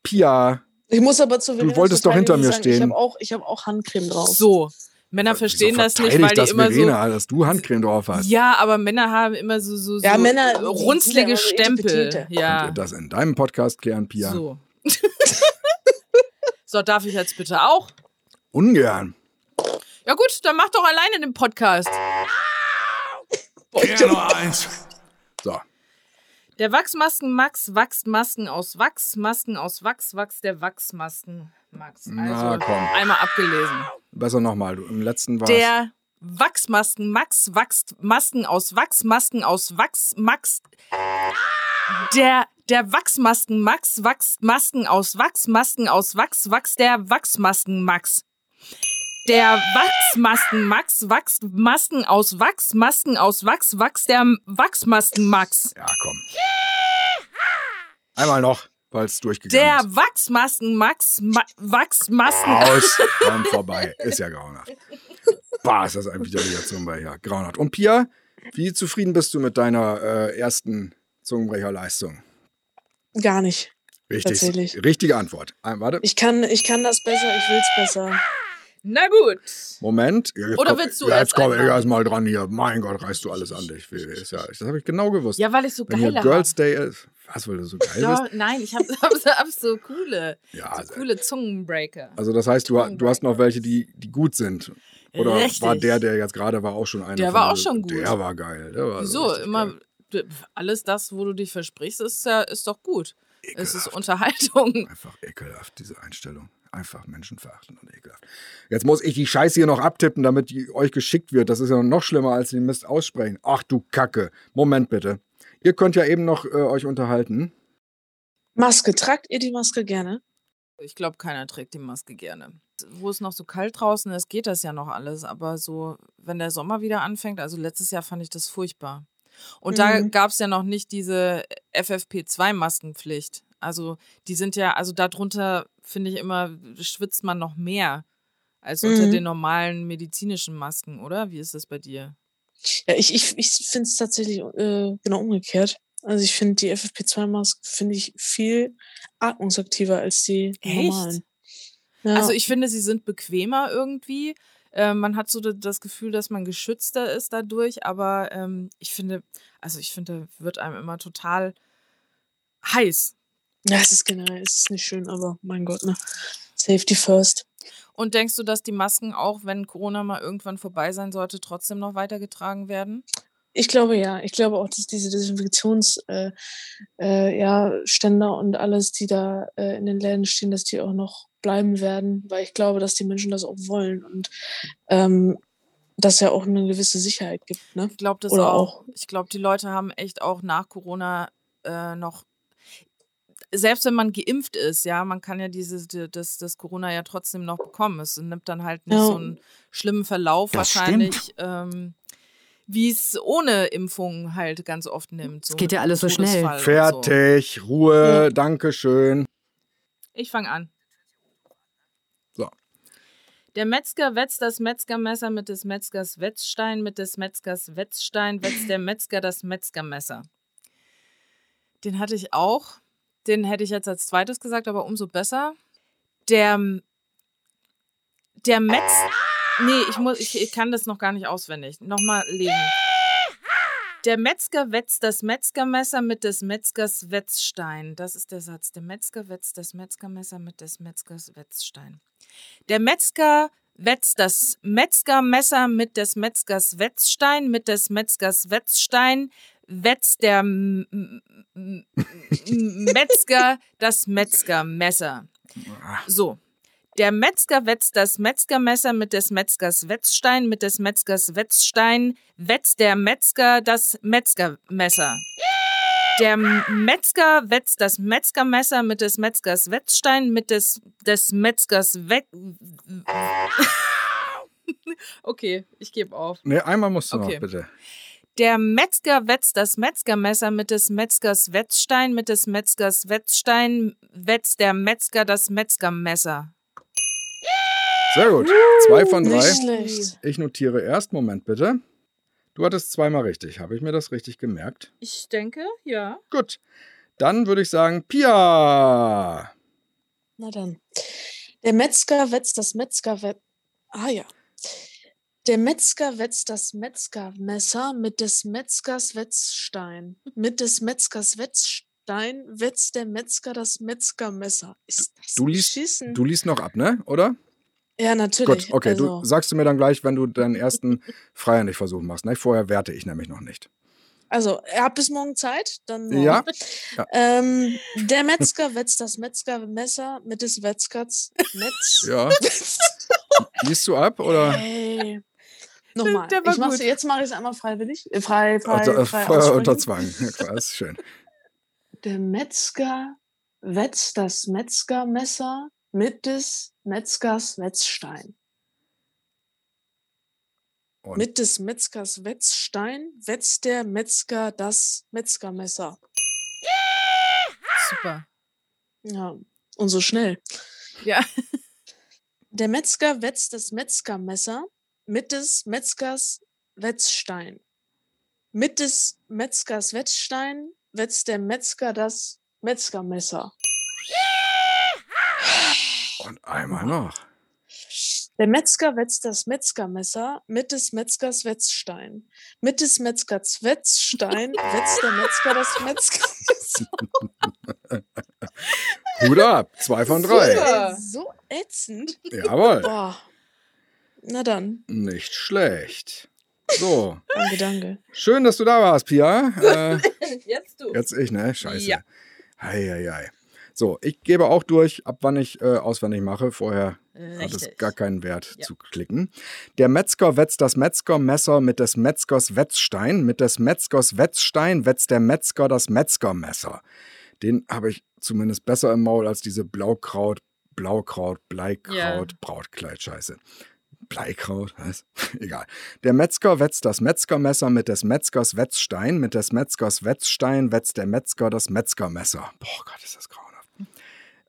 Speaker 2: Pia,
Speaker 4: Ich muss aber zu Verena
Speaker 2: wolltest
Speaker 4: zur
Speaker 2: doch hinter mir
Speaker 4: Verteidigung sagen, Ich
Speaker 2: stehen.
Speaker 4: habe auch, ich hab auch Handcreme drauf.
Speaker 3: so. Männer verstehen
Speaker 2: wieso
Speaker 3: das nicht,
Speaker 2: verteidigt
Speaker 3: weil
Speaker 2: das
Speaker 3: die immer so.
Speaker 2: Verena, dass du Handcreme drauf hast.
Speaker 3: Ja, aber Männer haben immer so, so, so
Speaker 4: Ja, Männer, die
Speaker 3: runzlige
Speaker 4: sind ja immer so
Speaker 3: Stempel.
Speaker 4: Etipetete.
Speaker 3: Ja,
Speaker 2: Das in deinem Podcast klären, Pia.
Speaker 3: so. so, darf ich jetzt bitte auch?
Speaker 2: Ungern.
Speaker 3: Ja gut, dann mach doch alleine den Podcast.
Speaker 6: Nummer eins.
Speaker 2: So.
Speaker 3: Der Wachsmasken Max wachst Masken aus Wachs, Masken aus Wachs, Wachs der Wachsmasken Max. Also
Speaker 2: Na, komm.
Speaker 3: einmal abgelesen.
Speaker 2: Besser nochmal. Du, Im letzten war es.
Speaker 3: Der Wachsmasken Max wachst Masken aus Wachs, Masken aus Wachs, Max. Der der Wachsmasken Max wachst Masken aus Wachs, Masken aus Wachs, Wachs der Wachsmasken Max. Der Wachsmasken Max wachst Masken aus Wachs, Masken aus Wachs, Wachs der Wachsmasken Max.
Speaker 2: Ja, komm. Einmal noch, weil es durchgegangen
Speaker 3: Der
Speaker 2: ist.
Speaker 3: Wachsmasken Max Ma Wachsmasken
Speaker 2: Aus, komm vorbei. Ist ja grauenhaft. Bah, ist das ein widerlicher Zungenbrecher. Grauenhaft. Und Pia, wie zufrieden bist du mit deiner äh, ersten Zungenbrecherleistung?
Speaker 4: Gar nicht.
Speaker 2: Richtig,
Speaker 4: Tatsächlich.
Speaker 2: richtige Antwort. Ein, warte,
Speaker 4: Ich kann, ich kann das besser, ich will's besser.
Speaker 3: Na gut.
Speaker 2: Moment. Ja, jetzt
Speaker 3: Oder
Speaker 2: komm-
Speaker 3: willst du
Speaker 2: ja,
Speaker 3: erst
Speaker 2: jetzt komm
Speaker 3: einmal?
Speaker 2: erst mal dran hier. Mein Gott, reißt du alles an dich. Wie- Ist ja, das habe ich genau gewusst.
Speaker 3: Ja, weil ich so
Speaker 2: Wenn hier
Speaker 3: geile
Speaker 2: Girls Day ist, was, weil du so geil
Speaker 3: Ja,
Speaker 2: bist?
Speaker 3: nein, ich habe hab, so- hab so coole,
Speaker 2: Ja,
Speaker 3: so coole Zungenbreaker.
Speaker 2: also das heißt, du, ha- du hast noch welche, die, die gut sind. Oder
Speaker 3: Oh Richtig.
Speaker 2: war der, der jetzt gerade war, auch schon einer?
Speaker 3: Der
Speaker 2: von
Speaker 3: war auch
Speaker 2: den-
Speaker 3: schon gut.
Speaker 2: Der war geil. Der war
Speaker 3: Wieso?
Speaker 2: richtig
Speaker 3: Immer
Speaker 2: geil.
Speaker 3: d- alles das, wo du dich versprichst, ist, ja, ist doch gut. Es ist Unterhaltung.
Speaker 2: Einfach ekelhaft, diese Einstellung. Einfach menschenverachtend und ekelhaft. Jetzt muss ich die Scheiße hier noch abtippen, damit die euch geschickt wird. Das ist ja noch schlimmer, als den Mist aussprechen. Ach du Kacke. Moment bitte. Ihr könnt ja eben noch äh, euch unterhalten.
Speaker 4: Maske, tragt ihr die Maske gerne?
Speaker 3: Ich glaube, keiner trägt die Maske gerne. Wo es noch so kalt draußen ist, geht das ja noch alles. Aber so, wenn der Sommer wieder anfängt, also letztes Jahr fand ich das furchtbar. Und da
Speaker 4: Mhm.
Speaker 3: gab es ja noch nicht diese äh, FFP2-Maskenpflicht. Also die sind ja, also darunter finde ich immer, schwitzt man noch mehr als unter
Speaker 4: Mhm.
Speaker 3: den normalen medizinischen Masken, oder? Wie ist das bei dir?
Speaker 4: Ja, ich, ich, ich finde es tatsächlich äh, genau umgekehrt. Also ich finde die FFP2-Maske finde ich viel atmungsaktiver als die
Speaker 3: Echt?
Speaker 4: normalen. Ja.
Speaker 3: Also ich finde, sie sind bequemer irgendwie. Äh, man hat so d- das Gefühl, dass man geschützter ist dadurch, aber ähm, ich finde, also ich finde, da wird einem immer total heiß.
Speaker 4: ja, es ist generell, es ist nicht schön, aber mein Gott, ne? Safety first.
Speaker 3: Und denkst du, dass die Masken auch, wenn Corona mal irgendwann vorbei sein sollte, trotzdem noch weitergetragen werden?
Speaker 4: Ich glaube ja. Ich glaube auch, dass diese Desinfektionsständer äh, äh, ja, Ständer und alles, die da äh, in den Läden stehen, dass die auch noch bleiben werden, weil ich glaube, dass die Menschen das auch wollen und ähm, das ja auch eine gewisse Sicherheit gibt. Ne?
Speaker 3: Ich glaube das
Speaker 4: Oder
Speaker 3: auch.
Speaker 4: auch.
Speaker 3: Ich glaube, die Leute haben echt auch nach Corona äh, noch, selbst wenn man geimpft ist, ja, man kann ja dieses, die- das, das Corona ja trotzdem noch bekommen. Es nimmt dann halt nicht
Speaker 4: Ja.
Speaker 3: so einen schlimmen Verlauf
Speaker 6: Das
Speaker 3: wahrscheinlich, ähm, wie es ohne Impfung halt ganz oft nimmt. So
Speaker 5: Es geht
Speaker 3: mit
Speaker 5: ja alles so schnell.
Speaker 3: Todesfall und So. Mhm.
Speaker 2: Fertig, Ruhe, Dankeschön.
Speaker 3: Ich fange an.
Speaker 2: So.
Speaker 3: Der Metzger wetzt das Metzgermesser mit des Metzgers Wetzstein, mit des Metzgers Wetzstein wetzt der Metzger das Metzgermesser. Den hatte ich auch. Den hätte ich jetzt als zweites gesagt, aber umso besser. Der, der Metz. Nee, ich, muss, ich, ich kann das noch gar nicht auswendig. Nochmal legen. Der Metzger wetzt das Metzgermesser mit des Metzgers Wetzstein. Das ist der Satz. Der Metzger wetzt das Metzgermesser mit des Metzgers Wetzstein. Der Metzger wetzt das Metzgermesser mit des Metzgers Wetzstein, mit des Metzgers Wetzstein wetzt der M- M- M- Metzger das Metzgermesser.
Speaker 2: Ah,
Speaker 3: So. Der Metzger wetzt das Metzgermesser mit des Metzgers Wetzstein, mit des Metzgers Wetzstein, wetzt der Metzger das Metzgermesser. Der Metzger wetzt das Metzgermesser mit des Metzgers Wetzstein, mit des, des Metzgers Wet... Okay, ich gebe auf.
Speaker 2: Nee, einmal musst du
Speaker 3: Okay.
Speaker 2: noch, bitte.
Speaker 3: Der Metzger wetzt das Metzgermesser mit des Metzgers Wetzstein, mit des Metzgers Wetzstein wetzt der Metzger das Metzgermesser.
Speaker 2: Sehr gut. Zwei von drei.
Speaker 4: Nicht schlecht.
Speaker 2: Ich notiere erst, Moment bitte. Du hattest zweimal richtig. Habe ich mir das richtig gemerkt?
Speaker 3: Ich denke, ja.
Speaker 2: Gut. Dann würde ich sagen, Pia.
Speaker 4: Na dann. Der Metzger wetzt das Metzger. Ah ja. Der Metzger wetzt das Metzgermesser mit des Metzgers Wetzstein. Mit des Metzgers Wetzstein wetzt der Metzger das Metzgermesser. Ist das
Speaker 2: Du liest-
Speaker 4: beschissen?
Speaker 2: Du liest noch ab, ne? Oder?
Speaker 4: ja, natürlich.
Speaker 2: Gut, okay.
Speaker 4: also,
Speaker 2: Du sagst du mir dann gleich, wenn du deinen ersten Freihandlichversuch machst. Ne? Vorher werte ich nämlich noch nicht.
Speaker 4: also, ihr habt bis morgen Zeit. Dann morgen.
Speaker 2: Ja,
Speaker 4: Ähm, der Metzger wetzt das Metzgermesser mit des Metzgers Metz.
Speaker 2: ja. Liest du ab oder?
Speaker 4: Ey. Nochmal.
Speaker 3: Der war
Speaker 4: ich mach's,
Speaker 3: gut.
Speaker 4: jetzt mache ich es einmal freiwillig. Äh, Frei, frei,
Speaker 2: Unter,
Speaker 4: frei
Speaker 2: Feuer
Speaker 4: aussprechen.
Speaker 2: unter Zwang. Ja, klar, ist schön.
Speaker 4: Der Metzger wetzt das Metzgermesser mit des Metzgers Wetzstein.
Speaker 2: Und-
Speaker 4: Mit des Metzgers Wetzstein wetzt der Metzger das Metzgermesser.
Speaker 3: Super.
Speaker 4: Ja, und so schnell.
Speaker 3: Ja.
Speaker 4: Der Metzger wetzt das Metzgermesser mit des Metzgers Wetzstein. Mit des Metzgers Wetzstein wetzt der Metzger das Metzgermesser.
Speaker 2: Und einmal noch.
Speaker 4: Der Metzger wetzt das Metzgermesser mit des Metzgers Wetzstein. Mit des Metzgers Wetzstein wetzt der Metzger das Metzgermesser.
Speaker 2: Hut ab. Zwei von drei.
Speaker 3: Super.
Speaker 4: Ey, So ätzend.
Speaker 2: Jawohl.
Speaker 4: Boah. Na dann,
Speaker 2: Nicht schlecht. So.
Speaker 4: danke, danke.
Speaker 2: Schön, dass du da warst, Pia. Äh,
Speaker 3: Jetzt du.
Speaker 2: Jetzt ich, ne? Scheiße.
Speaker 3: Ja.
Speaker 2: Hei, hei, hei. So, ich gebe auch durch, ab wann ich äh, auswendig mache. Vorher hat es
Speaker 3: Richtig.
Speaker 2: gar keinen Wert
Speaker 3: Ja.
Speaker 2: zu klicken. Der Metzger wetzt das Metzgermesser mit des Metzgers Wetzstein. Mit des Metzgers Wetzstein wetzt der Metzger das Metzgermesser. Den habe ich zumindest besser im Maul als diese Blaukraut, Blaukraut, Bleikraut, Brautkleid-Scheiße. Bleikraut, was? Egal. Der Metzger wetzt das Metzgermesser mit des Metzgers Wetzstein. Mit des Metzgers Wetzstein wetzt der Metzger das Metzgermesser. Boah Gott, ist das grauenhaft.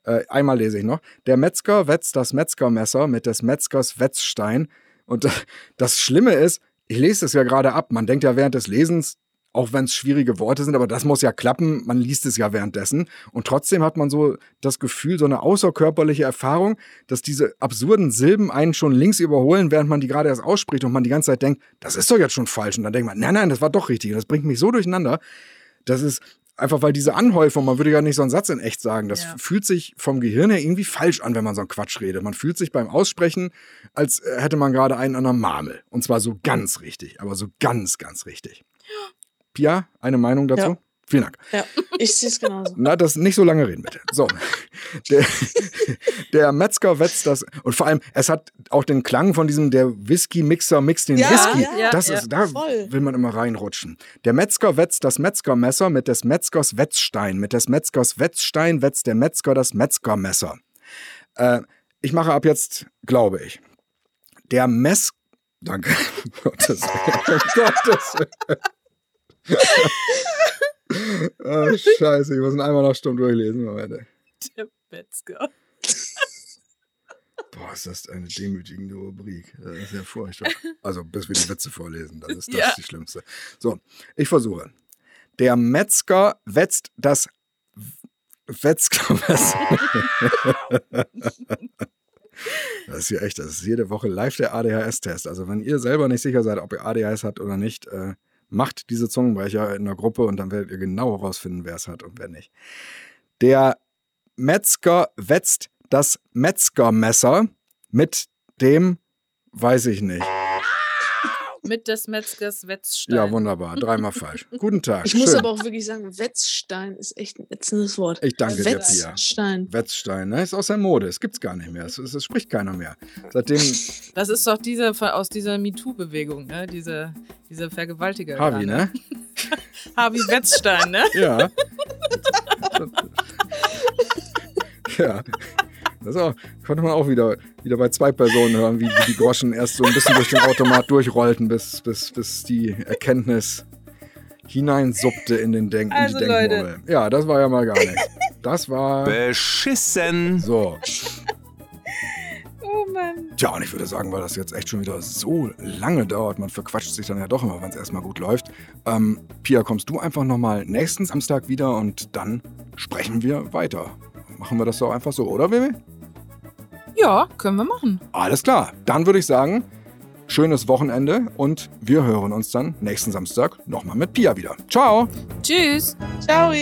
Speaker 2: Äh, einmal lese ich noch. Der Metzger wetzt das Metzgermesser mit des Metzgers Wetzstein. Und das- das Schlimme ist, ich lese es ja gerade ab. Man denkt ja während des Lesens, auch wenn es schwierige Worte sind, aber das muss ja klappen. Man liest es ja währenddessen. Und trotzdem hat man so das Gefühl, so eine außerkörperliche Erfahrung, dass diese absurden Silben einen schon links überholen, während man die gerade erst ausspricht und man die ganze Zeit denkt, das ist doch jetzt schon falsch. Und dann denkt man, nein, nein, das war doch richtig. Und das bringt mich so durcheinander. Das ist einfach, weil diese Anhäufung, man würde ja nicht so einen Satz in echt sagen, das
Speaker 3: Ja.
Speaker 2: fühlt sich vom Gehirn her irgendwie falsch an, wenn man so einen Quatsch redet. Man fühlt sich beim Aussprechen, als hätte man gerade einen an der Marmel. Und zwar so ganz richtig, aber so ganz, ganz richtig. Pia, eine Meinung dazu?
Speaker 4: Ja.
Speaker 2: Vielen Dank.
Speaker 4: Ja, ich sehe es genauso.
Speaker 2: Na, das nicht so lange reden, bitte. So. Der, der Metzger wetzt das. Und vor allem, es hat auch den Klang von diesem, der Whisky-Mixer mixt den
Speaker 4: Ja,
Speaker 2: Whisky.
Speaker 3: ja,
Speaker 2: das
Speaker 3: ja,
Speaker 2: ist, da
Speaker 4: voll.
Speaker 2: will man immer reinrutschen. Der Metzger wetzt das Metzgermesser mit des Metzgers Wetzstein. Mit des Metzgers Wetzstein wetzt der Metzger das Metzgermesser. Äh, ich mache ab jetzt, glaube ich. Der Mess. Danke. Um Gottes Willen. Um Gottes Willen. Ah, scheiße, ich muss ihn einmal noch stumm durchlesen. Moment. ey.
Speaker 3: Der Metzger.
Speaker 2: Boah, ist das eine demütigende Rubrik. Äh, Das ist ja furchtbar. Also, bis wir die Witze vorlesen, dann ist das
Speaker 3: Ja.
Speaker 2: die schlimmste. So, ich versuche. Der Metzger wetzt das Wetzgermesser. Das ist ja echt, das ist jede Woche live der ADHS-Test. Also, wenn ihr selber nicht sicher seid, ob ihr ADHS habt oder nicht, äh, macht diese Zungenbrecher in der Gruppe und dann werdet ihr genau herausfinden, wer es hat und wer nicht. Der Metzger wetzt das Metzgermesser mit dem, weiß ich nicht.
Speaker 3: mit des Metzgers Wetzstein.
Speaker 2: Ja, wunderbar. Dreimal falsch. Guten Tag. Ah,
Speaker 4: Ich
Speaker 2: Schön.
Speaker 4: muss aber auch wirklich sagen, Wetzstein ist echt ein ätzendes Wort.
Speaker 2: ich danke dir, Pia.
Speaker 4: Wetzstein.
Speaker 2: Wetzstein, ne? Ist aus der Mode. Es gibt's gar nicht mehr. Es, es, es spricht keiner mehr. Seitdem
Speaker 3: Das ist doch diese von- aus dieser MeToo-Bewegung, ne? Diese, diese Vergewaltiger.
Speaker 2: Harvey,
Speaker 3: da,
Speaker 2: ne?
Speaker 3: Harvey Wetzstein, ne?
Speaker 2: Ja. ja. Das auch, konnte man auch wieder, wieder bei zwei Personen hören, wie, wie die Groschen erst so ein bisschen durch den Automat durchrollten, bis, bis, bis die Erkenntnis hineinsuppte in, den Denk
Speaker 3: Also,
Speaker 2: in die Denkmurmel. Ja, das war ja mal gar nichts. Das war.
Speaker 6: Beschissen.
Speaker 2: So.
Speaker 3: Oh Mann.
Speaker 2: Tja, und ich würde sagen, weil das jetzt echt schon wieder so lange dauert, man verquatscht sich dann ja doch immer, wenn es erstmal gut läuft. Ähm, Pia, kommst du einfach nochmal nächsten Samstag wieder und dann sprechen wir weiter. Machen wir das doch einfach so, oder, Wimmy?
Speaker 3: Ja, können wir machen.
Speaker 2: Alles klar. Dann würde ich sagen, schönes Wochenende und wir hören uns dann nächsten Samstag nochmal mit Pia wieder. Ciao!
Speaker 3: Tschüss.
Speaker 4: Ciao.